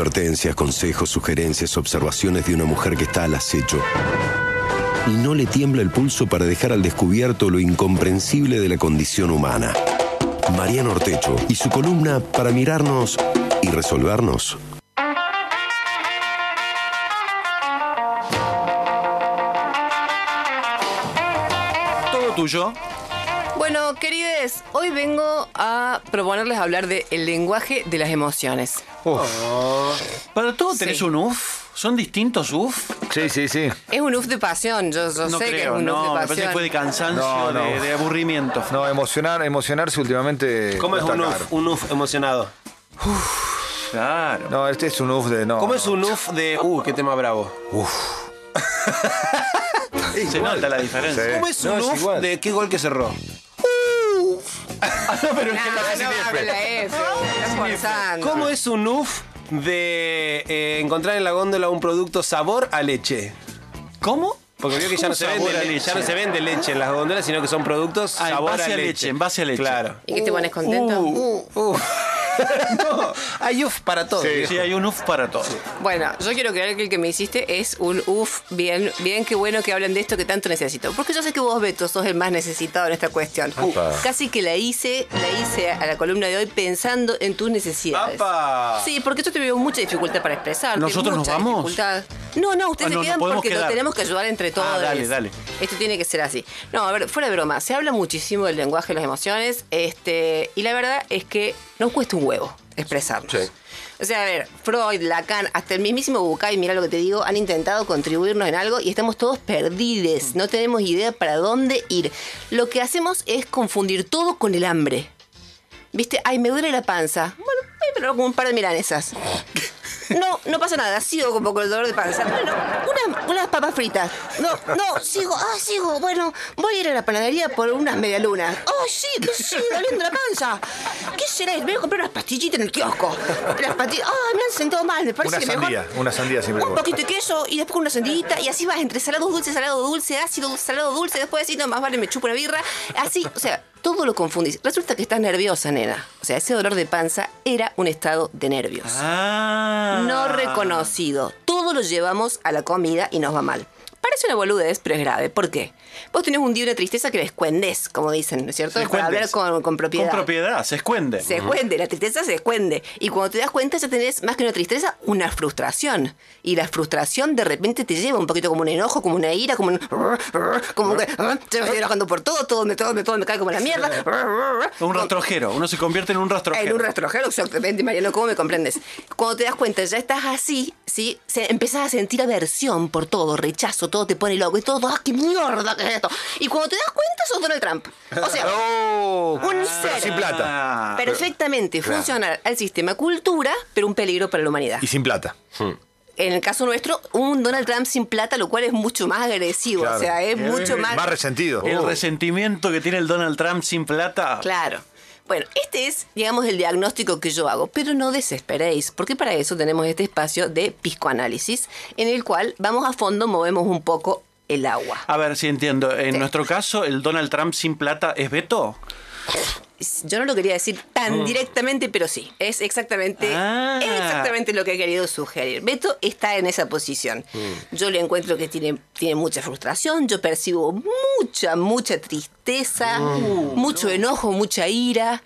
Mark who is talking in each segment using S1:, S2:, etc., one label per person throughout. S1: Advertencias, consejos, sugerencias, observaciones de una mujer que está al acecho. Y no le tiembla el pulso para dejar al descubierto lo incomprensible de la condición humana. Mariano Ortecho y su columna para mirarnos y resolvernos.
S2: Todo tuyo.
S3: Bueno, querides, hoy vengo a proponerles hablar de el lenguaje de las emociones.
S2: Para todo tenés
S3: Sí.
S2: un UF. ¿Son distintos UF?
S4: Sí, sí, sí.
S3: Es un uf de pasión, yo, yo
S2: no
S3: sé que es
S2: creo,
S3: un uf
S2: no.
S3: de
S2: Me
S3: pasión.
S2: parece que fue de cansancio,
S4: No, no.
S2: De, de aburrimiento.
S4: No, emocionar, emocionarse últimamente.
S5: ¿Cómo es
S4: no
S5: un
S4: está
S5: UF,
S4: claro.
S5: un UF emocionado?
S2: Claro.
S4: No, este es un UF de no.
S5: ¿Cómo
S4: no.
S5: es un UF de. Uh, qué tema bravo?
S2: Se nota la diferencia.
S4: Sí.
S5: ¿Cómo es
S4: No,
S5: un
S4: es
S5: UF
S4: igual.
S5: de qué gol que cerró?
S3: No, no, con la F, estás forzando.
S5: ¿Cómo es un UF de eh, encontrar en la góndola un producto sabor a leche?
S2: ¿Cómo?
S5: Porque veo que
S2: ¿Cómo
S5: ya no, se
S2: sabor
S5: vende,
S2: a
S5: le-
S2: leche?
S5: ya no se vende leche en las góndolas, sino que son productos
S2: Ah, en
S5: sabor
S2: base
S5: a
S2: a
S5: leche.
S2: leche, en base a leche.
S5: Claro.
S3: ¿Y que te pones contento?
S5: Uh, uh. no, hay UF para todo.
S4: Sí.
S5: viejo.
S2: Sí, hay un UF para todo.
S3: Bueno, yo quiero creer que el que me hiciste es un uff, bien, bien, qué bueno que hablan de esto que tanto necesito. Porque yo sé que vos, Beto, sos el más necesitado en esta cuestión.
S4: Apa.
S3: Casi que la hice, la hice a la columna de hoy pensando en tus necesidades.
S5: ¡Apa!
S3: Sí, porque yo te veo mucha dificultad para expresar.
S2: ¿Nosotros nos vamos?
S3: No, no, ustedes
S2: Ah, no,
S3: se
S2: nos
S3: quedan
S2: podemos
S3: porque nos
S2: quedar. Ah,
S3: tenemos que ayudar entre todos.
S2: dale, dale.
S3: Esto tiene que ser así. No, a ver, fuera de broma, se habla muchísimo del lenguaje de las emociones, este, y la verdad es que nos cuesta un huevo expresarnos.
S5: Sí.
S3: O sea, a ver, Freud, Lacan, hasta el mismísimo Bucay, mira lo que te digo, han intentado contribuirnos en algo y estamos todos perdidos. No tenemos idea para dónde ir. Lo que hacemos es confundir todo con el hambre. ¿Viste? Ay, me duele la panza. Bueno, ay, pero con un par de milanesas. No, no pasa nada, sigo como con el dolor de panza. Bueno, unas, unas papas fritas. No, no, sigo, ah, sigo. Bueno, voy a ir a la panadería por unas medialunas. Oh, sí, que sigue doliendo la panza. ¿Qué será? Voy a comprar unas pastillitas en el kiosco. Las pastillas, ah, me han sentado mal, me parece
S4: Una
S3: que
S4: sandía,
S3: mejor.
S4: una sandía siempre.
S3: Un
S4: es buena.
S3: poquito de queso y después una sandillita y así vas entre salado dulce, salado dulce, ácido, salado dulce, después así, no, más vale me chupo una birra. Así, o sea, todo lo confundís. Resulta que estás nerviosa, nena. O sea, ese dolor de panza era un estado de nervios
S2: Ah.
S3: no reconocido. Todo lo llevamos a la comida y nos va mal. Parece una boludez, pero es grave. ¿Por qué? Vos tenés un día una tristeza que la escuendés, como dicen, ¿no es cierto?
S2: Se
S3: Para hablar
S2: escuende.
S3: con, con propiedad.
S2: Con propiedad, se esconde.
S3: Se escuende, la tristeza se escuende. Y cuando te das cuenta ya tenés más que una tristeza, una frustración. Y la frustración de repente te lleva un poquito como un enojo, como una ira, como un... Como que... ah, Yo me estoy enojando por todo, todo me, todo, me, todo me cae como la mierda.
S2: Un rastrojero. Uno se convierte en un rastrojero.
S3: En un rastrojero, exactamente, Mariano, ¿cómo me comprendes? Cuando te das cuenta, ya estás así, ¿sí? Se, empezás a sentir aversión por todo, rechazo, todo te pone loco y todo, ¡ah, qué mierda que es esto! Y cuando te das cuenta, sos Donald Trump. O sea,
S4: Oh,
S3: un
S4: pero
S3: ser
S4: sin plata.
S2: Ah,
S3: perfectamente
S4: claro.
S3: funcional al sistema cultura, pero un peligro para la humanidad.
S4: Y sin plata.
S3: En el caso nuestro, un Donald Trump sin plata, lo cual es mucho más agresivo,
S4: Claro.
S3: o sea, es mucho más...
S4: Más resentido.
S2: El
S4: Oh.
S2: resentimiento que tiene el Donald Trump sin plata.
S3: Claro. Bueno, este es, digamos, el diagnóstico que yo hago, pero no desesperéis, porque para eso tenemos este espacio de piscoanálisis, en el cual vamos a fondo, movemos un poco el agua.
S2: A ver si entiendo. En
S3: Sí.
S2: nuestro caso, el Donald Trump sin plata es Beto.
S3: Yo no lo quería decir tan directamente, pero sí, es exactamente,
S2: Ah.
S3: es exactamente lo que he querido sugerir. Beto está en esa posición. Yo le encuentro que tiene, tiene mucha frustración, yo percibo mucha, mucha tristeza, mucho enojo, mucha ira,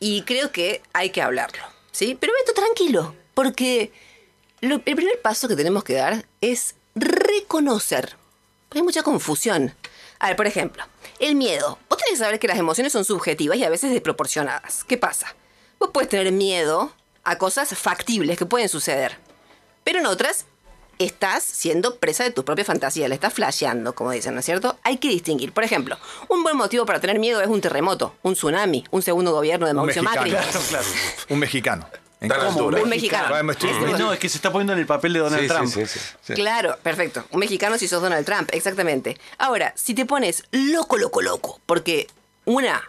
S3: y creo que hay que hablarlo, ¿sí? Pero Beto, tranquilo, porque lo- el primer paso que tenemos que dar es reconocer. Porque hay mucha confusión. A ver, por ejemplo, el miedo. Vos tenés que saber que las emociones son subjetivas y a veces desproporcionadas. ¿Qué pasa? Vos puedes tener miedo a cosas factibles que pueden suceder. Pero en otras estás siendo presa de tu propia fantasía, la estás flasheando, como dicen, ¿no es cierto? Hay que distinguir. Por ejemplo, un buen motivo para tener miedo es un terremoto, un tsunami, un segundo gobierno de Mauricio Macri.
S4: mexicano. Un mexicano. En
S5: Tan
S4: contra.
S5: altura.
S3: Un mexicano.
S4: Ah, me estoy-
S3: Es
S2: Eh, No, es que se está poniendo en el papel de Donald
S5: Sí, sí,
S2: Trump.
S5: sí, sí.
S3: Claro, perfecto. Un mexicano si sos Donald Trump, exactamente. Ahora, si te pones loco, loco, loco, porque una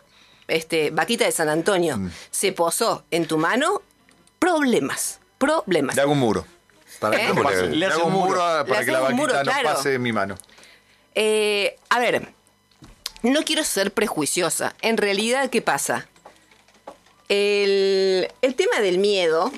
S3: este, vaquita de San Antonio se posó en tu mano, problemas, problemas.
S4: Le hago un muro. Para
S3: ¿Eh?
S4: que no pase.
S5: Le
S4: Le
S2: hace
S4: hago
S2: un
S4: un
S2: muro.
S4: muro ah,
S3: Le
S4: para
S3: hace
S4: que la
S3: un muro,
S4: vaquita no
S3: claro.
S4: pase en mi mano.
S3: Eh, a ver, no quiero ser prejuiciosa. En realidad, ¿qué pasa? El, el tema del miedo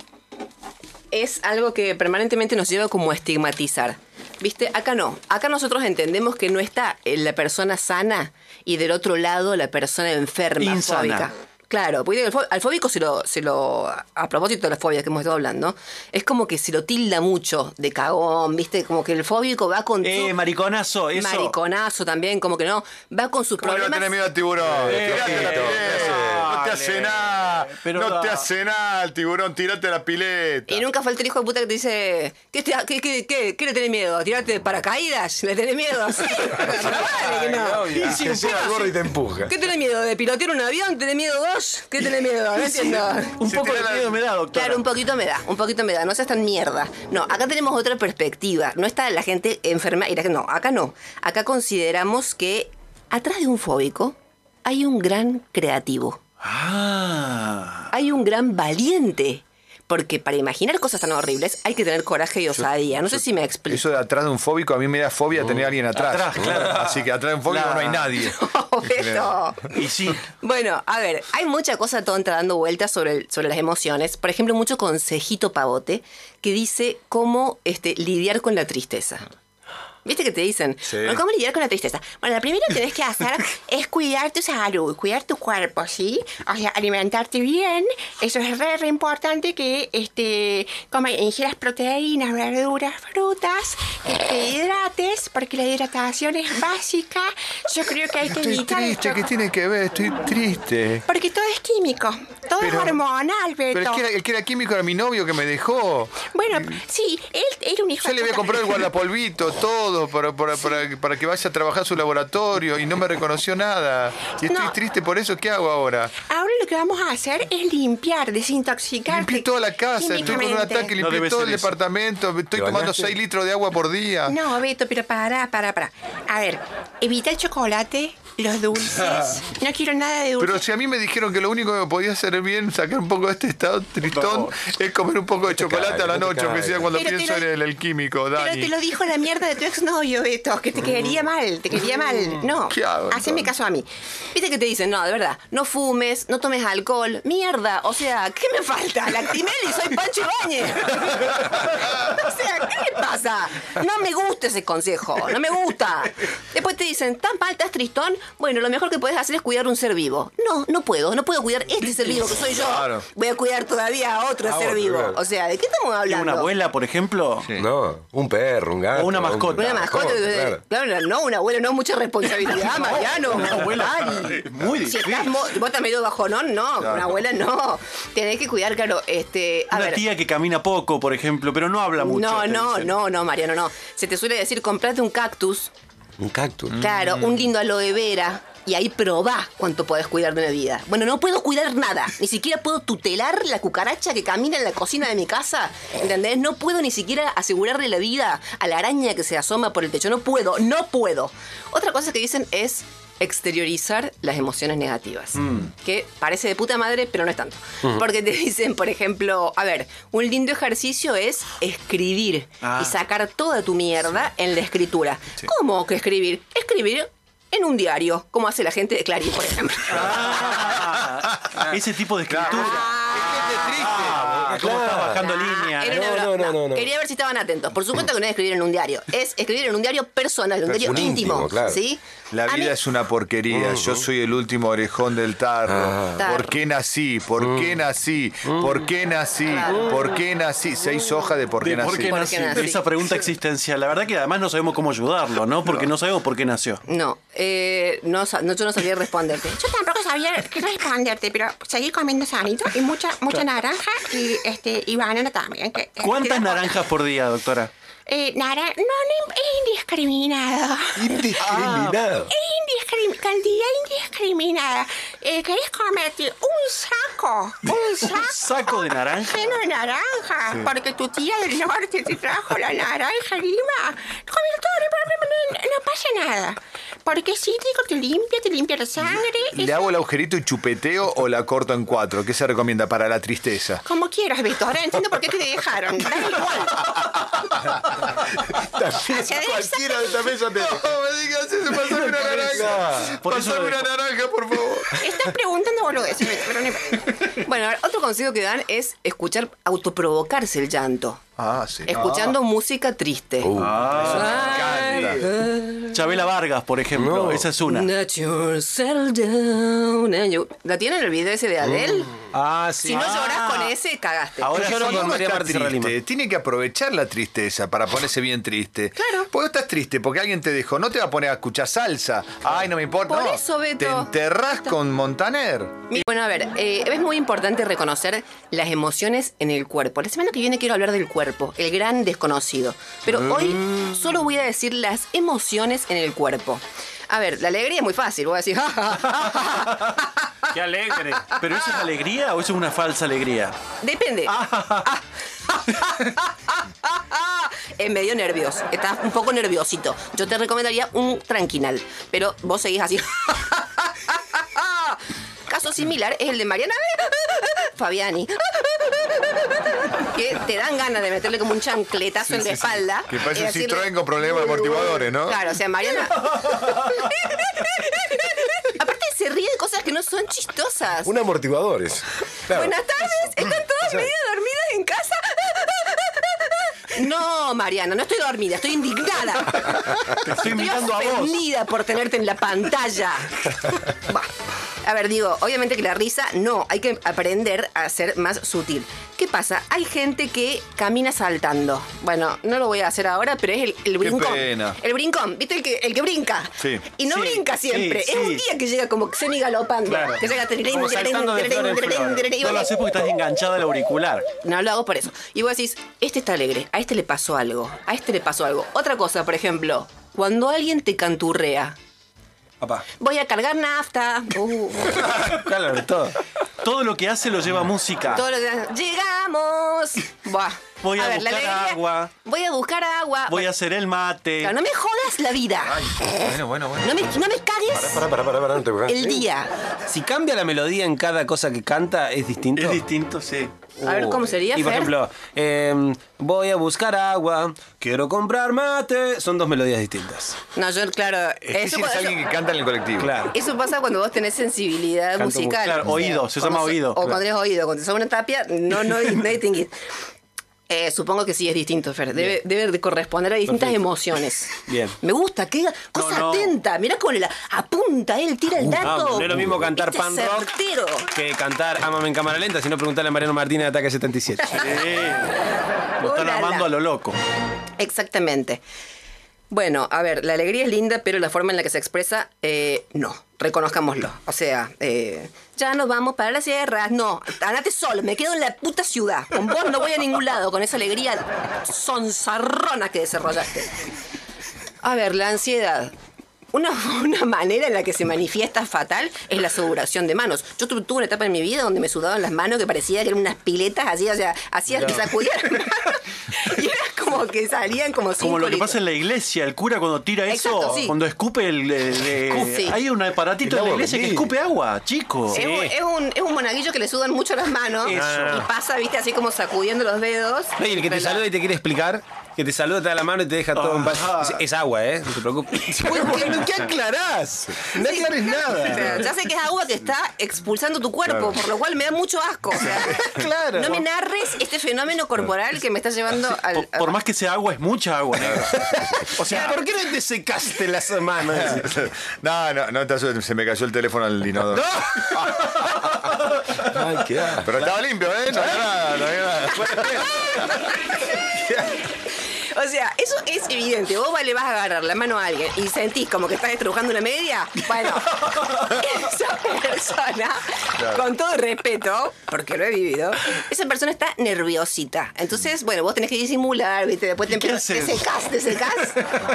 S3: es algo que permanentemente nos lleva como a estigmatizar. ¿Viste? Acá no. Acá nosotros entendemos que no está eh, la persona sana y del otro lado la persona enferma,
S2: Insana.
S3: fóbica. Claro, pues porque al fo- al fóbico se lo, se lo. A propósito de las fobias que hemos estado hablando, es como que se lo tilda mucho de cagón, ¿viste? Como que el fóbico va con.
S2: Eh,
S3: su-
S2: mariconazo, eso.
S3: Mariconazo también, como que no. Va con sus
S6: ¿Cómo le va a
S3: problemas.
S6: tener miedo al tiburón?
S2: Eh,
S6: Tirate la
S2: eh,
S6: pileta. No te hace
S2: dale.
S6: nada.
S2: Pero
S6: No te
S2: da-
S6: hace nada el tiburón. Tirate a la pileta.
S3: Y nunca falta el hijo de puta que te dice, ¿qué, te- qué, qué, qué- qué le tenés miedo? ¿Tirarte de paracaídas? ¿Le tenés miedo? Sí, pero no vale que no.
S5: Ay, obvio.
S2: Ah, Y si
S6: Que
S2: un,
S6: sea gordo y te empuja.
S3: ¿Qué tenés miedo? ¿De pilotear un avión? ¿Tenés miedo vos? ¿Qué tenés miedo? No entiendo.
S2: un
S6: Si
S2: poco
S6: te
S2: de
S6: da la-
S2: miedo me da, doctor.
S3: Claro, un poquito me da, un poquito me da, no seas tan mierda. No, acá tenemos otra perspectiva. No está la gente enferma y la gente- no, acá no. Acá consideramos que atrás de un fóbico hay un gran creativo.
S2: Ah.
S3: hay un gran valiente. Porque para imaginar cosas tan horribles hay que tener coraje y osadía. No sé si me explico.
S4: Eso de atrás de un fóbico, a mí me da fobia tener a alguien atrás.
S2: Atrás, claro.
S4: Así que atrás de un fóbico
S2: Claro.
S4: no hay nadie.
S3: Bueno.
S2: Y sí.
S3: Bueno, a ver, hay mucha cosa tonta dando vueltas sobre, el- sobre las emociones. Por ejemplo, mucho consejito pavote que dice cómo este, lidiar con la tristeza. ¿Viste que te dicen? Bueno, ¿Cómo lidiar con la tristeza? Bueno, lo primero que tenés que hacer es cuidar tu salud, cuidar tu cuerpo, ¿sí? O sea, alimentarte bien. Eso es re, re importante que este, coma, ingieras proteínas, verduras, frutas, eh, que te hidrates, porque la hidratación es básica. Yo creo que hay que
S6: Estoy
S3: evitar...
S6: triste.
S3: esto.
S6: ¿Qué tiene que ver? Estoy triste.
S3: Porque todo es químico, todo
S6: Pero-
S3: es hormonal, Beto.
S6: Pero es que era, el que era químico era mi novio que me dejó.
S3: Bueno, sí, él era un hijo
S6: Yo le
S3: de
S6: voy a
S3: puta.
S6: comprar el guardapolvito, todo, para, para, para, para que vaya a trabajar a su laboratorio y no me reconoció nada. Y estoy
S3: No.
S6: triste por eso. ¿Qué hago ahora?
S3: Ahora lo que vamos a hacer es limpiar, desintoxicar.
S6: Limpié toda la casa, estoy con un ataque,
S2: No
S6: limpié
S2: debe
S6: todo
S2: ser
S6: el
S2: eso.
S6: departamento, estoy tomando 6 litros de agua por día.
S3: No, Beto, pero para, para, para. A ver, evita el chocolate, los
S6: Ah.
S3: dulces. no quiero nada de
S6: Pero
S3: dulces.
S6: si a mí me dijeron que lo único que me podía hacer bien, sacar un poco de este estado tristón, es comer un poco de chocolate a la
S4: caigas, no te
S6: noche, aunque sea
S4: caigas.
S6: cuando
S3: Pero te
S6: pienso
S3: lo-
S6: en el, el químico,
S3: Pero
S6: Dani.
S3: te lo dijo la mierda de tu exnovio, Beto, que te quería mal, te quería mal. No,
S6: ¿Qué hago,
S3: haceme
S6: entonces?
S3: caso a mí. Viste que te dicen, no, de verdad, no fumes, no tomes alcohol, mierda. O sea, ¿qué me falta? Lactimel y soy Pancho Ibáñez. o sea, ¿qué me pasa? No me gusta ese consejo, no me gusta. Después te dicen, ¿estás mal, estás tristón? Bueno, lo mejor que puedes hacer es cuidar un ser vivo. No, no puedo, no puedo cuidar este ser vivo que soy yo.
S4: Claro.
S3: Voy a cuidar todavía a otro ser vivo.
S7: claro.
S3: O sea, ¿de qué estamos
S2: Tengo
S3: hablando?
S2: una abuela, por ejemplo.
S7: No, un perro, un gato.
S2: O una
S7: un-
S2: mascota.
S3: Una mascota,
S7: claro.
S3: eh, claro. no, un abuelo no, mucha responsabilidad, Mariano.
S2: una abuela.
S3: Dani.
S2: Es muy
S3: Si
S2: difícil.
S3: estás mo- vos estás medio bajonón, no, una abuela no. Tenés que cuidar, claro, este, a
S2: Una
S3: ver.
S2: tía que camina poco, por ejemplo, pero no habla mucho.
S3: no,
S2: te
S3: no,
S2: dicen.
S3: no, no, Mariano, no. Se te suele decir, comprate un cactus,
S7: Un cactus.
S3: claro, un lindo aloe vera. Y ahí probá cuánto podés cuidar de una vida. Bueno, no puedo cuidar nada. Ni siquiera puedo tutelar la cucaracha que camina en la cocina de mi casa. ¿Entendés? No puedo ni siquiera asegurarle la vida a la araña que se asoma por el techo. No puedo, no puedo. Otra cosa que dicen es exteriorizar las emociones negativas.
S7: Mm.
S3: Que parece de puta madre, pero no es tanto. Porque te dicen, por ejemplo, a ver, un lindo ejercicio es escribir
S2: Ah.
S3: y sacar toda tu mierda en la escritura. ¿Cómo que escribir? Escribir en un diario, como hace la gente de Clarín, por ejemplo.
S2: Ah, ese tipo de escritura. Ah, ¿Cómo estás bajando línea?
S3: Era una
S7: No, no,
S3: bro-
S7: no, no, no.
S3: Quería ver si estaban atentos. Por supuesto que no es escribir en un diario. Es escribir en un diario personal, en un diario
S7: Un íntimo,
S3: íntimo.
S7: claro.
S3: ¿sí?
S4: La
S3: A
S4: vida
S3: mí-
S4: es una porquería.
S6: Mm.
S4: Yo soy el último orejón del tarro.
S6: Ah.
S3: Tarro.
S4: ¿Por qué nací? ¿Por
S6: Mm.
S4: qué nací? ¿Por qué nací?
S3: Claro.
S4: ¿Por qué nací? Seis hojas de por qué
S2: De
S4: nací.
S2: por qué
S3: ¿Por
S2: nací.
S3: qué nací?
S2: Esa pregunta existencial. La verdad que además no sabemos cómo ayudarlo, ¿no? Porque no, sabemos por qué nació.
S3: No, eh, no, sa- no, yo no sabía responderte.
S8: Yo tampoco sabía qué responderte, pero seguí comiendo sanito y mucha mucha naranja y este y banana también. que- que-
S2: ¿Cuántas
S8: que-
S2: naranjas por día, doctora?
S8: Eh, naran- no, no, es indiscriminado.
S7: Indiscriminado.
S8: Es indiscriminado, cantidad indiscriminada. Eh, ¿Querés comerte un saco? Un
S2: Un
S8: saco.
S2: saco de naranja.
S8: lleno de naranjas, porque tu tía del norte te trajo la naranja lima. Comer todo, no, no, no, no pasa nada. Porque es cítrico, te limpia, te limpia la sangre.
S4: ¿Le
S8: es-
S4: hago el agujerito y chupeteo o la corto en cuatro? ¿Qué se recomienda para la tristeza?
S8: Como quieras, Beto. Ahora entiendo por qué te dejaron. Da igual.
S7: También
S8: Hacia
S7: cualquiera de esta mesa te.
S6: No me digas eso, pasame una naranja.
S2: Por eso
S6: Pasame
S2: lo
S6: una
S2: dejo.
S6: naranja, por favor.
S8: Estás preguntando boludeces, Beto, pero no importa.
S3: Bueno, otro consejo que dan es escuchar, autoprovocarse el llanto.
S6: Ah, sí.
S3: Escuchando música triste.
S5: Uh.
S2: Chabela Vargas, por ejemplo. Esa es una.
S3: Let yourself down and you- ¿La tienen el video ese de Adele?
S5: Ah, sí.
S3: Si no lloras con ese, cagaste.
S5: Ahora
S6: Yo
S5: lloro
S6: no
S5: con María Martín Relima.
S6: Tiene que aprovechar la tristeza para ponerse bien triste. Claro. Porque estás triste, porque alguien te dejó. No te va a poner a escuchar salsa. Ay, no me importa.
S3: Por
S6: no.
S3: eso, Beto.
S6: Te enterrás con Montaner.
S3: Mi- Bueno, a ver, eh, es muy importante reconocer las emociones en el cuerpo. La semana que viene quiero hablar del cuerpo, el gran desconocido. Pero
S5: Ah.
S3: hoy solo voy a decir las emociones en el cuerpo. A ver, la alegría es muy fácil. Voy a decir,
S2: ¡Qué alegre! ¿Pero eso es alegría o eso es una falsa alegría?
S3: depende.
S6: Ah.
S3: es medio nervioso. Estás un poco nerviosito. Yo te recomendaría un tranquinal, pero vos seguís así. Caso similar es el de Mariana Fabiani. Que te dan ganas de meterle como un chancletazo en la espalda.
S6: Que parece
S3: y
S6: un
S3: decirle-
S6: Citroën con problemas de amortiguadores, ¿no?
S3: Claro, o sea, Mariana. Aparte se ríe de cosas que no son chistosas.
S7: Un amortiguador es. Claro.
S3: Buenas tardes, ¿están todas medio dormidas en casa? No, Mariana, no estoy dormida, estoy indignada.
S2: Te estoy mirando a vos.
S3: ofendida por tenerte en la pantalla. Bah. A ver, digo, obviamente que la risa no, hay que aprender a ser más sutil. ¿Qué pasa? Hay gente que camina saltando. Bueno, no lo voy a hacer ahora, pero es el, el brincón.
S6: pena.
S3: El brincón, ¿viste? El que, el que brinca.
S6: Sí.
S3: Y no
S2: Sí,
S3: brinca
S2: sí,
S3: siempre.
S2: sí.
S3: es un día que llega como semigalopando.
S2: Claro.
S3: Que llega tererén,
S2: Como
S3: tererén,
S2: saltando de flor en
S3: tererén,
S2: flor.
S3: tererén,
S2: No lo haces porque estás enganchada al auricular.
S3: no lo hago por eso. Y vos decís, este está alegre, a este le pasó algo, a este le pasó algo. Otra cosa, por ejemplo, cuando alguien te canturrea,
S5: Papá.
S3: voy a cargar nafta, uh,
S5: Claro, todo.
S2: Todo lo que hace lo lleva a música.
S3: todo lo que- llegamos. Buah.
S2: Voy a buscar agua.
S3: Voy a buscar agua.
S2: Voy a hacer el mate.
S3: Claro, no me jodas la vida.
S6: Bueno, bueno, bueno.
S3: No me, no me cagues
S7: Pará, pará, pará, pará, no te pongas.
S3: el día.
S5: Si cambia la melodía en cada cosa que canta, es distinto. Oh.
S2: Es distinto, sí. Uh,
S3: A ver cómo sería,
S5: Y por
S3: Fer?
S5: ejemplo, eh, voy a buscar agua, quiero comprar mate. Son dos melodías distintas.
S3: No, yo, claro.
S6: Es
S3: Eso,
S6: que si es
S3: eso-
S6: alguien que canta en el colectivo.
S5: Claro.
S3: eso pasa cuando vos tenés sensibilidad
S5: Canto mu-
S3: musical.
S2: claro,
S3: O sea,
S2: oído, se
S3: cuando
S2: llama
S3: so-
S2: oído,
S3: O
S2: claro.
S3: cuando tenés oído, cuando te sobra una tapia, no, no, no distinguís. Eh, supongo que sí es distinto, Fer. Debe, debe de corresponder a distintas emociones.
S5: Bien.
S3: Me gusta, qué cosa
S2: no.
S3: atenta. Mirá cómo le la- apunta él, tira el dato.
S5: no es lo mismo cantar
S3: Viste,
S5: pan rock.
S3: certero.
S5: Que cantar Amame en cámara lenta, si no preguntarle a Mariano Martínez de Ataque 77.
S2: Lo están
S3: Ulala.
S2: armando a lo loco.
S3: Exactamente. Bueno, a ver, la alegría es linda, pero la forma en la que se expresa, eh, no, reconozcámoslo. O sea, eh, ya nos vamos para las sierras. No, andate solo, me quedo en la puta ciudad. Con vos no voy a ningún lado, con esa alegría sonzarrona que desarrollaste. A ver, la ansiedad. Una, una manera en la que se manifiesta fatal es la sudoración de manos. Yo tu- tuve una etapa en mi vida donde me sudaban las manos que parecía que eran unas piletas así, o sea, hacías que sacudían. y era como que salían como cinco
S2: Como lo que
S3: litros.
S2: pasa en la iglesia, el cura cuando tira eso,
S3: Exacto, sí.
S2: cuando escupe el. el- el-
S3: Escupe.
S2: Hay un
S7: El
S2: aparatito en la
S7: agua
S2: iglesia que
S7: bendita.
S2: escupe agua, chico.
S3: Es, un, es, un, es un monaguillo que le sudan mucho las manos
S2: Eso.
S3: y pasa, viste, así como sacudiendo los dedos.
S5: No, y el que te
S3: Rela-
S5: saluda y te quiere explicar, que te saluda, te da la mano y te deja todo en paz. Es, es agua, ¿eh? No te preocupes. ¿Qué, aclarás? No aclares
S3: O sea, ya sé que es agua que está expulsando tu cuerpo, por lo cual me da mucho asco. o sea,
S5: Claro.
S3: No me narres este fenómeno corporal que me está llevando al.
S2: Por, por más que sea agua, es mucha agua. negro.
S5: O sea, ¿por qué no te secaste las manos?
S6: No, no, no te asustes, se me cayó el teléfono al inodoro.
S7: Ay, qué asco.
S6: Pero estaba limpio, ¿eh? No había nada, no había nada.
S3: O sea, eso es evidente. Vos le vas a agarrar la mano a alguien y sentís como que estás estrujando una media. Bueno, esa persona, con todo respeto, porque lo he vivido, esa persona está nerviosita. Entonces, bueno, vos tenés que disimular, ¿viste? Después te,
S2: ¿Y qué
S3: empiezas- te
S2: haces?
S3: secás, te secás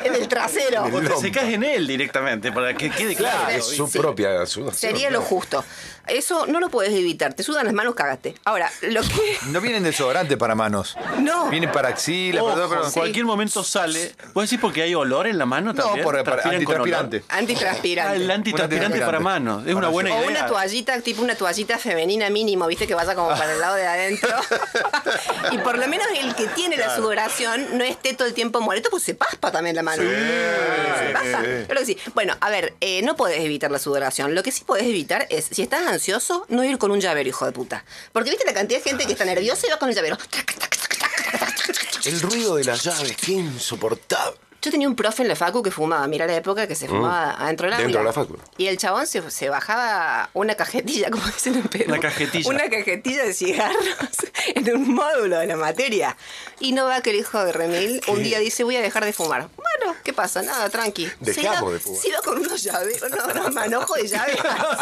S3: en el trasero.
S2: O te secas en él directamente, para que quede claro.
S7: Es su propia sudación.
S3: Sería lo justo. Eso no lo puedes evitar. Te sudan las manos, cagaste. Ahora, lo que.
S6: No vienen desodorante para manos.
S3: No.
S6: Vienen para axilas,
S2: Ojo,
S6: para todo, pero-
S2: en cualquier momento esto sale. ¿Vos decís porque hay olor en la mano
S6: No,
S2: también?
S6: por, para,
S2: ¿Transpiran con olor?
S6: antitranspirante.
S2: Ah, el
S3: Antitranspirante.
S2: antitranspirante para mano. Es una buena
S3: O
S2: idea.
S3: una toallita, tipo una toallita femenina mínimo, viste que vaya como para el lado de adentro. y por lo menos el que tiene la sudoración no esté todo el tiempo molesto, pues se paspa también la mano. se pasa. Claro que sí. Bueno, a ver, eh, no podés evitar la sudoración. Lo que sí podés evitar es, si estás ansioso, no ir con un llavero, hijo de puta. Porque viste la cantidad de gente que está nerviosa y va con el llavero. Tac, tac, tac, tac, tac, tac, tac.
S1: El ruido de las llaves, qué insoportable.
S3: Yo tenía un profe en la facu que fumaba, mira la época que se fumaba adentro del aula.
S7: Mm. Dentro de la facu.
S3: Y el chabón se, se bajaba una cajetilla, como dicen en Perú.
S2: Una cajetilla.
S3: Una cajetilla de cigarros en un módulo de la materia. Y no va que el hijo de Remil un día dice, voy a dejar de fumar. Bueno, ¿qué pasa? Nada, tranqui.
S7: Dejamos
S3: Se iba-
S7: de fumar.
S3: Se iba con unos llaves, unos, unos manojos de llaves.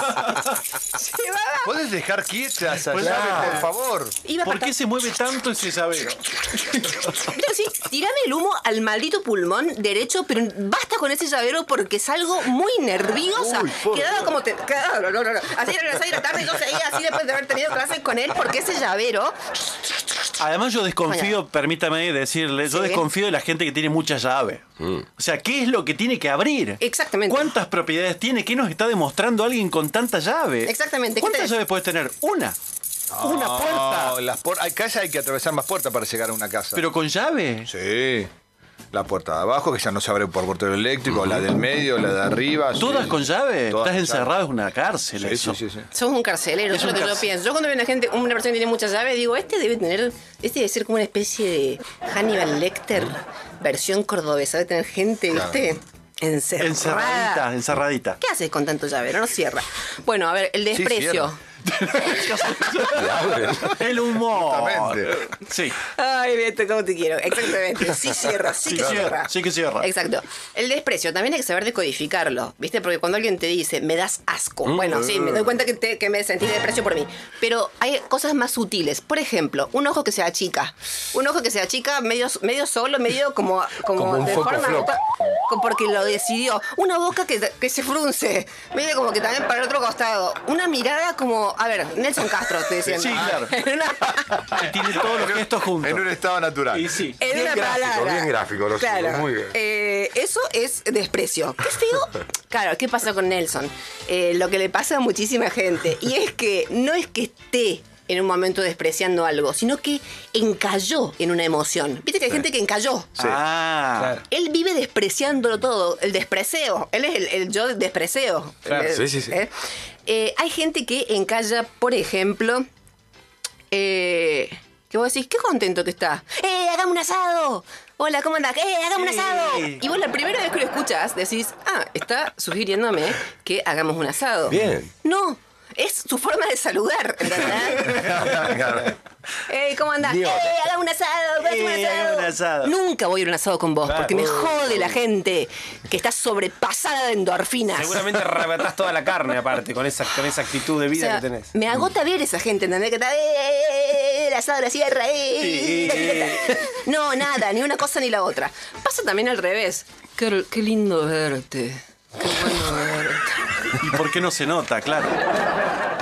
S3: Llevaba...
S6: ¿Puedes dejar quietas a
S2: Pues
S6: llave,
S2: ya.
S6: por favor?
S3: Iba
S2: ¿Por
S3: para
S2: qué se mueve tanto ese llavero?
S3: Pero sí, tirame el humo al maldito pulmón derecho, pero basta con ese llavero porque salgo muy nerviosa. Quedaba como te. quedaba- no, no, no. Así era las 6 de la tarde y yo seguía así después de haber tenido clases con él porque ese llavero.
S2: Además, yo desconfío, permítame decirle, yo
S3: Sí.
S2: desconfío de la gente que tiene muchas llaves.
S6: Mm.
S2: O sea, ¿qué es lo que tiene que abrir?
S3: Exactamente.
S2: ¿Cuántas propiedades tiene? ¿Qué nos está demostrando alguien con tanta llave?
S3: Exactamente. ¿Qué
S2: ¿Cuántas
S3: te-
S2: llaves puedes tener? Una. Una puerta.
S6: No, las por- hay casa hay que atravesar más puertas para llegar a una casa.
S2: Pero con llave.
S6: Sí. La puerta de abajo, que ya no se abre por portero eléctrico, la del medio, la de arriba. sí.
S2: ¿Todas con llave?
S6: Todas
S2: Estás
S6: con
S2: encerrado en una cárcel.
S6: llave.
S2: eso.
S6: Sí, sí, sí, sí.
S3: Sos un carcelero, eso es lo que yo pienso. Yo cuando veo una gente, una persona que tiene muchas llaves, digo, este debe tener, este debe ser como una especie de Hannibal Lecter, versión cordobesa, debe tener gente, ¿viste? Encerrada.
S2: Encerradita, encerradita.
S3: ¿Qué haces con tanto llavero? No cierra. Bueno, a ver, el desprecio.
S6: cierra.
S2: El humor.
S6: Justamente.
S2: Sí.
S3: Ay, Beto, cómo te quiero. Exactamente. Sí cierra, sí,
S2: Sí
S3: que
S2: cierra,
S3: cierra.
S2: sí que cierra.
S3: Exacto. El desprecio, también hay que saber decodificarlo, ¿viste? Porque cuando alguien te dice, me das asco.
S2: Mm.
S3: Bueno, sí, me doy cuenta que, te- que me sentí desprecio por mí. Pero hay cosas más sutiles. Por ejemplo, un ojo que se achica. Un ojo que se achica medio, medio solo, medio como, como,
S7: Como un
S3: de
S7: foco
S3: forma...
S7: flop.
S3: co- Porque lo decidió. Una boca que, que se frunce. Medio como que también para el otro costado. Una mirada como... A ver, Nelson Castro, estoy diciendo.
S2: Sí, claro.
S3: Una-
S2: Que Tiene todos los gestos juntos.
S6: En un estado natural.
S2: Y sí.
S3: en
S7: Bien
S3: una
S7: gráfico,
S3: palabra.
S7: bien gráfico, lo
S3: claro.
S7: siento, muy bien.
S3: Eh, eso es desprecio. ¿Qué feo? Claro, ¿qué pasa con Nelson? Eh, lo que le pasa a muchísima gente. Y es que no es que esté en un momento despreciando algo, sino que encalló en una emoción. Viste que hay gente que encalló.
S2: Ah.
S3: Él vive despreciándolo todo, el despreceo. Él es el, el yo del despreceo.
S7: Claro,
S3: Eh,
S7: sí, sí, sí.
S3: ¿eh? Eh, hay gente que encalla, por ejemplo, eh, que vos decís, qué contento que está. ¡Eh, hagamos un asado! Hola, ¿cómo andás? ¡Eh, hagamos un asado! Y vos la primera vez que lo escuchas decís, ah, está sugiriéndome que hagamos un asado.
S7: Bien.
S3: No, es su forma de saludar, ¿entendés? ¡Eh, ¿cómo andás? ¡Eh,
S7: Idiota.
S3: hagamos un asado! hagamos
S2: Eh, hagamos un asado.
S3: Nunca voy a ir a un asado con vos, porque
S5: Uh,
S3: me jode la gente que está sobrepasada de endorfinas.
S5: Seguramente arrebatás toda la carne, aparte, con esa, con esa actitud de
S3: O
S5: vida
S3: sea,
S5: que tenés.
S3: me agota ver esa gente, ¿entendés? Que está, "Eh, eh, eh, el asado, la sierra, eh, eh, eh". No, nada, ni una cosa ni la otra. Pasa también al revés. Qué, qué lindo verte. Qué bueno verte.
S2: ¿Y por qué no se nota? Claro.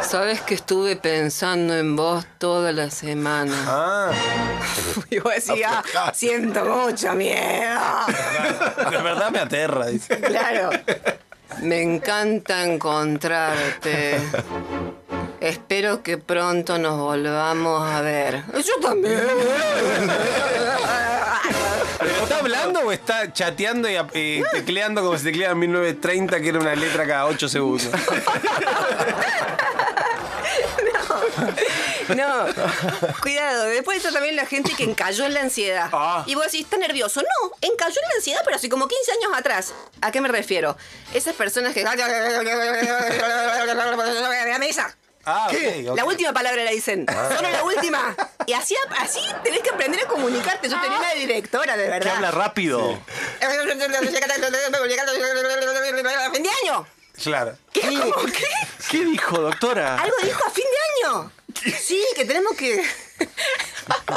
S3: Sabes que estuve pensando en vos toda la semana.
S5: Ah.
S3: Y vos decís, "Ah, siento mucho miedo.
S2: De verdad me aterra, dice.
S3: Claro. Me encanta encontrarte. Espero que pronto nos volvamos a ver. Yo también.
S5: ¿Pero está hablando o está chateando y eh, tecleando como se tecleaba en 1930, que era una letra cada 8 segundos?
S3: No, cuidado. Después está también la gente que encalló en la ansiedad.
S2: Ah.
S3: Y vos decís, está nervioso. No, encalló en la ansiedad, pero hace como 15 años atrás. ¿A qué me refiero? Esas personas que. La mesa.
S5: Ah, ok, ok.
S3: La última palabra la dicen. Solo la última. Y así, así tenés que aprender a comunicarte. Yo tenía una directora, de
S2: Que
S3: verdad.
S2: habla rápido.
S3: ¿A fin de año?
S5: Claro.
S3: ¿Qué? ¿Cómo? ¿Qué?
S2: ¿Qué dijo, doctora?
S3: ¿Algo dijo a fin de año? Sí, que tenemos que...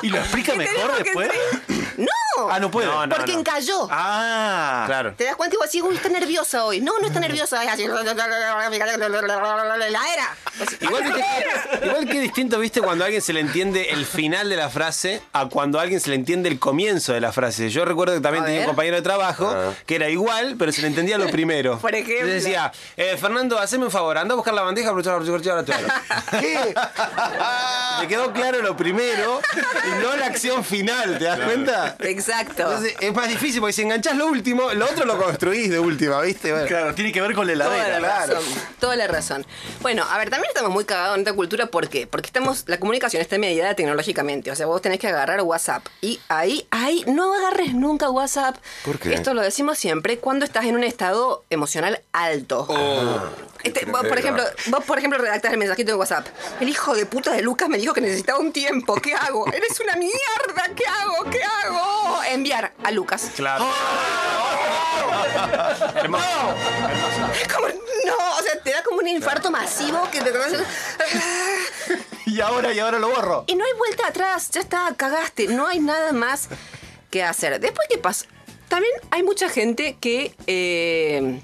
S2: ¿Y lo explica
S3: que
S2: mejor
S3: tenemos que
S2: después?
S3: ser- No, no.
S2: Ah, no puede. No, no,
S3: Porque
S2: no.
S3: encalló.
S2: Ah,
S5: Claro.
S3: Te das cuenta y vos decís, uy, está nerviosa hoy. No, no está nerviosa. Es así. La era.
S5: Igual, viste que- igual que distinto, viste, cuando a alguien se le entiende el final de la frase a cuando a alguien se le entiende el comienzo de la frase. Yo recuerdo que también
S3: A
S5: tenía un
S3: ver.
S5: compañero de trabajo
S7: Ah.
S5: que era igual, pero se le entendía lo primero.
S3: Por ejemplo.
S5: Le decía, eh, Fernando, haceme un favor, anda a buscar la bandeja, aprovechar la ahora te hablo". ¿Qué? Me quedó claro lo primero y no la acción final, ¿te das cuenta?
S3: Exacto.
S5: Entonces es más difícil porque si enganchás lo último, lo otro lo construís de última, ¿viste? Bueno.
S2: claro, tiene que ver con la
S3: Toda la
S2: heladera.
S3: razón. Toda la razón. Bueno, a ver, también estamos muy cagados en esta cultura. ¿Por qué? Porque estamos, la comunicación está mediada tecnológicamente. O sea, vos tenés que agarrar WhatsApp. Y ahí, ahí, no agarres nunca WhatsApp.
S7: ¿Por qué?
S3: Esto lo decimos siempre cuando estás en un estado emocional alto.
S7: Oh,
S3: Este, vos, por ejemplo, vos, por ejemplo, redactás el mensajito de WhatsApp. El hijo de puta de Lucas me dijo que necesitaba un tiempo. ¿Qué hago? Eres una mierda. ¿Qué hago? ¿Qué hago? Enviar a Lucas.
S5: Claro.
S3: Como, no, o sea, te da como un infarto masivo que te
S2: Y ahora, y ahora lo borro.
S3: Y no hay vuelta atrás, ya está, cagaste, no hay nada más que hacer. Después, ¿qué pasa? También hay mucha gente que eh,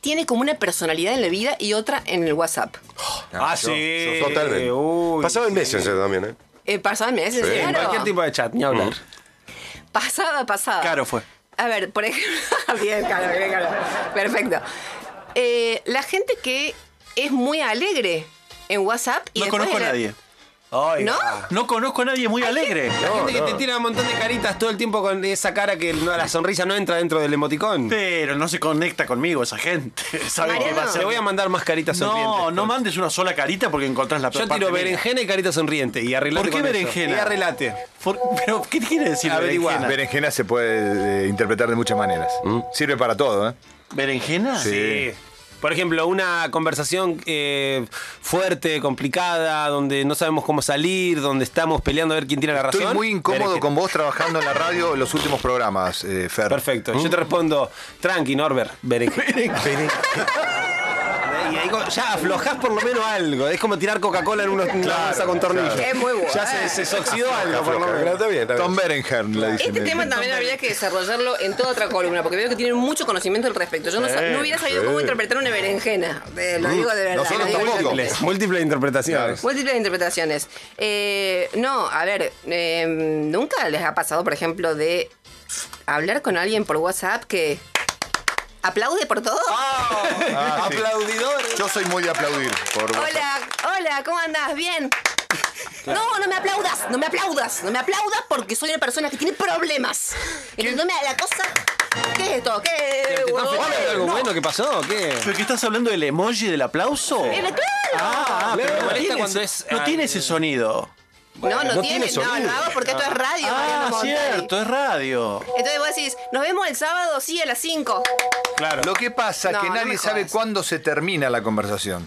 S3: tiene como una personalidad en la vida y otra en el WhatsApp.
S5: Ah, sí.
S7: Yo- Totalmente.
S5: Uy.
S7: Pasaba en Messenger también, ¿eh?
S3: Eh, pasaba meses,
S7: Sí.
S5: En
S3: claro.
S5: cualquier tipo de chat, ni hablar.
S3: Pasaba, pasaba.
S2: Claro fue.
S3: A ver, por ejemplo. bien, claro, bien, claro. Perfecto. Eh, la gente que es muy alegre en WhatsApp y
S2: No
S3: después
S2: conozco a
S3: de la-
S2: nadie.
S3: ¿No?
S2: No conozco a nadie muy alegre.
S5: La gente que te tira un montón de caritas todo el tiempo con esa cara que no- la sonrisa no entra dentro del emoticón.
S2: Pero no se conecta conmigo esa gente. ¿Sabe qué
S3: Mariano.
S2: va a
S5: Se
S2: hacer?
S5: le voy a mandar más caritas sonrientes.
S2: No, no mandes una sola carita porque encontrás la
S5: Yo
S2: parte
S5: tiro
S2: mía.
S5: berenjena y carita sonriente y arreglate
S2: ¿Por qué
S5: con eso.
S2: berenjena?
S5: Y arreglate.
S2: Por- ¿Pero qué quiere decir
S6: Ah,
S5: Averigua.
S2: berenjena?
S4: Berenjena se puede eh, interpretar de muchas maneras.
S2: Mm.
S4: Sirve para todo, ¿eh?
S2: ¿Ah, ¿Berenjena?
S5: Sí. Por ejemplo, una conversación eh, fuerte, complicada, donde no sabemos cómo salir, donde estamos peleando a ver quién tiene la razón.
S4: Estoy muy incómodo
S5: Berenjena.
S4: con vos trabajando en la radio los últimos programas, eh, Fer.
S5: Perfecto. Yo te respondo, tranqui, Norbert, berenjena. Y ahí co- ya aflojás por lo menos algo. Es como tirar Coca-Cola en una una bolsa con tornillos.
S3: Es muy bueno.
S5: Ya se, se oxidó algo, por lo
S7: Floja.
S6: ¿eh?
S5: menos.
S7: Está bien, está bien.
S4: Tom Berenjern, le dicen.
S3: Este tema también habría que desarrollarlo en toda otra columna, porque veo que tienen mucho conocimiento al respecto. Yo no, sa- no hubiera sabido cómo interpretar una berenjena. Te lo digo de verdad.
S4: Mm, Nosotros
S3: lo digo
S4: tampoco.
S3: yo.
S5: Múltiples, múltiples interpretaciones.
S3: Múltiples interpretaciones. Eh, no, a ver, eh, nunca les ha pasado, por ejemplo, de hablar con alguien por WhatsApp que aplaude por todo.
S4: Ah, sí.
S5: Aplaudidores.
S4: Yo soy muy de aplaudir. Por WhatsApp.
S3: hola, hola, ¿cómo andás? Bien. No, no me aplaudas, no me aplaudas, no me aplaudas porque soy una persona que tiene problemas. Entonces, no me la cosa. ¿Qué es esto?
S5: ¿Te
S3: ¿Qué?
S5: están
S3: huevón?
S5: fijando algo
S3: No.
S5: bueno que pasó? ¿Qué?
S2: ¿Pero que estás hablando del emoji del aplauso?
S3: Eh, claro.
S2: Ah, pero
S5: Claro.
S2: no
S5: Molesta
S2: tiene,
S5: cuando
S2: ese-
S5: es-
S2: no
S5: ah,
S2: tiene ese sonido.
S3: No, no,
S7: no tiene
S3: tiene, no,
S7: sonido.
S3: lo hago porque esto es radio, Mariano
S2: Ah,
S3: Monti.
S2: cierto, es radio.
S3: Entonces vos decís, nos vemos el sábado, sí, a las 5.
S5: Claro.
S4: Lo que pasa es
S3: No,
S4: que
S3: no
S4: nadie
S3: me
S4: sabe
S3: jodas.
S4: cuándo se termina la conversación.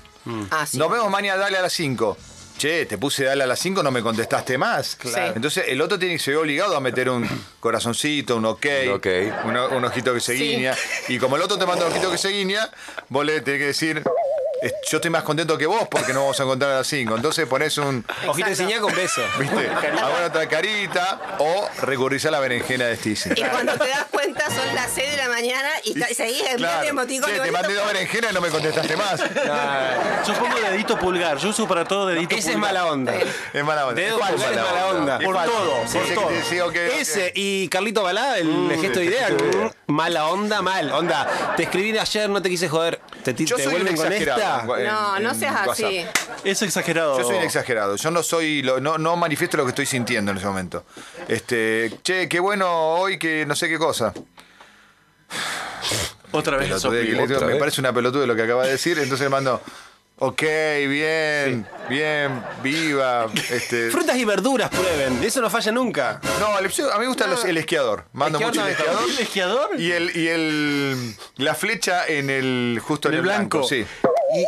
S3: Ah, sí.
S4: Nos vemos mañana, dale a las 5. Che, te puse dale a las 5, no me contestaste más.
S3: Claro.
S4: Entonces el otro tiene que se ve obligado a meter un corazoncito, un ok,
S7: Un ok.
S4: un, o- un ojito que se
S3: Sí.
S4: guiña. Y como el otro te manda un ojito que se guiña, vos le tenés que decir, "Es- yo estoy más contento que vos porque no vamos a encontrar a las 5. Entonces pones un,
S5: Ojito de señal con beso.
S4: viste, ahora otra carita o recurrís a la berenjena de Stacey.
S3: Y cuando te das cuenta son las 6 de la mañana y, ta- y seguís enviando
S4: Claro.
S3: emoticón.
S4: Che, te mandé dos berenjenas y no me contestaste más.
S2: Yo pongo dedito pulgar, yo uso para todo dedito
S5: Ese es
S2: pulgar.
S5: mala onda.
S4: Es mala onda.
S5: Dedo
S4: Es falsa
S5: pulgar es mala onda.
S4: Es
S2: Por
S4: falsa.
S2: todo,
S4: Sí,
S2: por
S4: sí,
S2: todo.
S4: sí, ok, ok.
S5: Ese y Carlito Balá, el
S4: Mm,
S5: gesto
S4: este
S5: de idea. Mala onda, mal. Onda, te escribí ayer, no te quise joder. Te, te
S4: Yo soy un
S5: vuelven con esta.
S4: exagerado. en-
S3: No,
S4: en
S3: no seas
S4: WhatsApp.
S3: así.
S2: Es exagerado.
S4: Yo soy un exagerado. Yo no soy, lo- no, no manifiesto lo que estoy sintiendo en ese momento. Este, che, qué bueno hoy que no sé qué cosa.
S2: Otra vez
S4: Pelotudez
S2: soplido.
S4: que le digo,
S7: otra
S4: me
S5: eh.
S7: vez.
S4: parece una pelotuda lo que acaba de decir, entonces le mando. Ok, bien, bien, viva. Este,
S5: Frutas y verduras prueben, eso no falla nunca.
S4: no, el- yo- a mí me gusta los- el esquiador. Mando
S5: Esquiador
S4: mucho el
S5: no me
S4: esquiador.
S2: ¿El esquiador?
S4: Y el, y el la flecha en el justo en el, blanco. sí.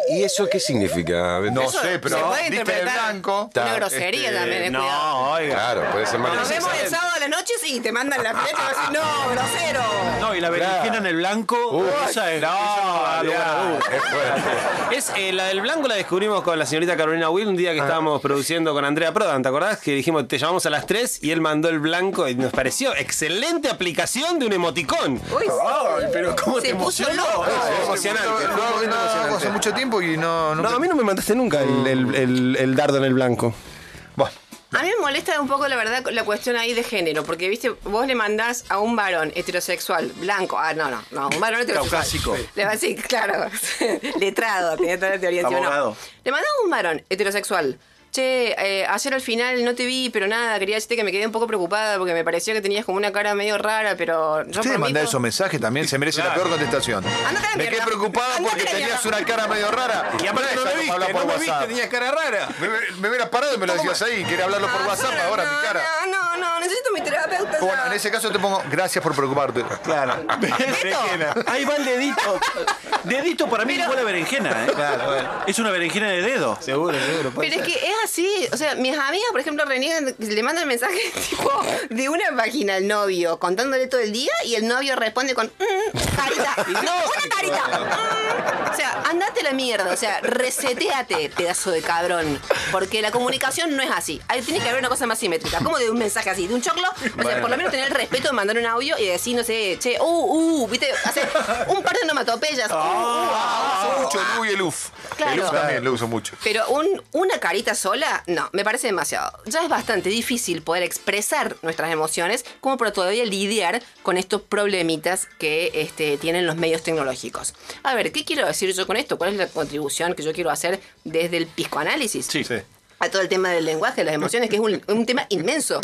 S7: ¿Y, y eso qué significa?
S4: No
S3: Eso
S4: sé,
S3: se
S4: pero
S3: puede
S4: diste el
S3: interpretar.
S4: blanco.
S3: Una grosería
S4: Este,
S3: también, eh, cuidado.
S2: No, oiga.
S7: Claro, puede ser más
S3: Nos vemos el sábado a las las noches y te mandan la pileta y vas a decir, no, grosero.
S2: No, y la berenjena en el blanco. esa es. esa no da lugar a dudas.
S5: Es, eh, la del blanco la descubrimos con la señorita Carolina Will un día que estábamos produciendo con Andrea Prodan, ¿te acordás? Que dijimos, te llamamos a las 3 y él mandó el blanco y nos pareció excelente aplicación de un emoticón.
S3: Uy, sí.
S6: pero ¿cómo
S3: se
S6: te
S3: puso
S6: emocionó?
S3: loco.
S5: Emocionante.
S6: No, no, no, hace mucho tiempo y no.
S5: No, a mí no me mandaste nunca el, el- el- el dardo en el blanco.
S6: Bueno,
S3: A mí me molesta un poco la verdad la cuestión ahí de género, porque viste, vos le mandás a un varón heterosexual, blanco, ah, no, no, no, un varón heterosexual.
S2: Caucásico.
S3: Le vas a decir, claro, letrado, tenía toda la teoría encima, no.
S2: Abogado.
S3: Le mandás a un varón heterosexual. Che, eh, ayer al final no te vi, pero nada, quería decirte que me quedé un poco preocupada porque me pareció que tenías como una cara medio rara, pero yo
S6: Ustedes
S3: por mí
S6: mandan
S3: no-
S6: esos mensajes también, se merece la peor contestación.
S3: Andate a la
S6: Me quedé
S3: mierda.
S6: preocupado
S3: Andate
S6: porque
S3: a la
S6: tenías
S3: mierda.
S6: una cara medio rara.
S5: Y aparte
S6: es
S5: no
S6: algo
S5: me
S6: para
S5: viste,
S6: hablar
S5: no
S6: por
S5: me viste,
S6: WhatsApp.
S5: tenías cara rara.
S6: Me, me hubieras parado y me lo decías ahí. Quería hablarlo por
S3: Ah,
S6: WhatsApp
S3: no,
S6: ahora,
S3: no,
S6: mi cara.
S3: No, no, no, necesito mi terapeuta.
S6: Bueno,
S3: ya.
S6: en ese caso te pongo gracias por preocuparte.
S5: Claro.
S2: Berenjena. Ahí va el dedito. Dedito para mí es igual a berenjena, ¿eh? Es una berenjena de dedo.
S5: Seguro, seguro. puede
S3: Pero es
S5: ser.
S3: que es así, o sea, mis amigas, por ejemplo, reniegan, le mandan mensajes tipo de una página al novio, contándole todo el día y el novio responde con "Mm, carita, una carita. mm". O sea, andate a la mierda, o sea, reseteate, pedazo de cabrón, porque la comunicación no es así. Ahí tiene que haber una cosa más simétrica, como de un mensaje así, de un choclo, o sea, por lo menos tener el respeto de mandar un audio y decir, no sé, che, uh, uh, viste, hacer un par de onomatopeyas.
S6: Ah.
S3: uh, uh,
S6: Uso mucho el U y el UF. El
S3: Claro.
S6: UF también lo uso mucho.
S3: Pero un- una carita sola, no, me parece demasiado. Ya es bastante difícil poder expresar nuestras emociones como para todavía lidiar con estos problemitas que este, tienen los medios tecnológicos. A ver, ¿qué quiero decir yo con esto? ¿Cuál es la contribución que yo quiero hacer desde el piscoanálisis?
S2: Sí. Sí.
S3: A todo el tema del lenguaje, las emociones, que es un, un tema inmenso.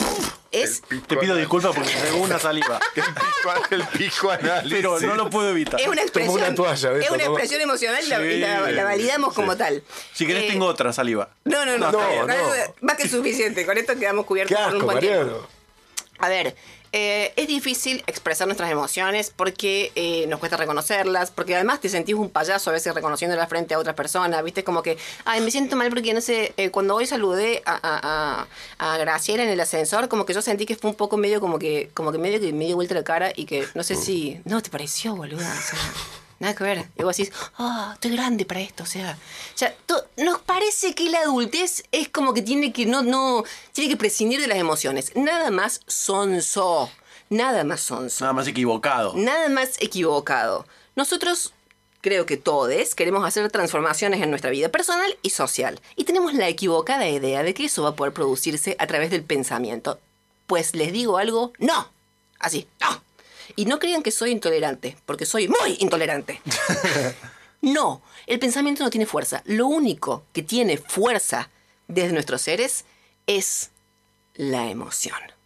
S3: Es,
S2: Te pido disculpas porque me pegó una saliva.
S6: El pico, el pico análisis.
S2: Pero no lo puedo evitar.
S3: es una expresión,
S7: una toalla,
S3: es
S7: Beto,
S3: una
S7: toma.
S3: expresión emocional y la, y la- la validamos como tal.
S2: Si querés
S3: Eh,
S2: tengo otra saliva.
S3: No, no, no.
S7: No,
S3: está bien,
S7: no.
S3: realmente Más que suficiente. Con esto quedamos
S7: Qué
S3: cubiertos por un
S7: asco,
S3: buen tiempo.
S7: Mariano.
S3: A ver, eh, es difícil expresar nuestras emociones porque eh, nos cuesta reconocerlas, porque además te sentís un payaso a veces reconociéndolas frente a otras personas, ¿viste? Es Como que, ay, me siento mal porque, no sé, eh, cuando hoy saludé a, a, a- a Graciela en el ascensor, como que yo sentí que fue un poco medio como que, como que medio que me dio vuelta la cara y que, no sé si, no, te pareció, boluda, o sea, Nada que ver. Y vos decís, ah, estoy grande para esto. O sea, ya to- nos parece que la adultez es como que tiene que no, no, tiene que prescindir de las emociones. Nada más sonso. Nada más sonso.
S2: Nada más equivocado.
S3: Nada más equivocado. Nosotros, creo que todos, queremos hacer transformaciones en nuestra vida personal y social. Y tenemos la equivocada idea de que eso va a poder producirse a través del pensamiento. Pues les digo algo, no. Así, no. Y no crean que soy intolerante, porque soy muy intolerante. No, el pensamiento no tiene fuerza. Lo único que tiene fuerza desde nuestros seres es la emoción.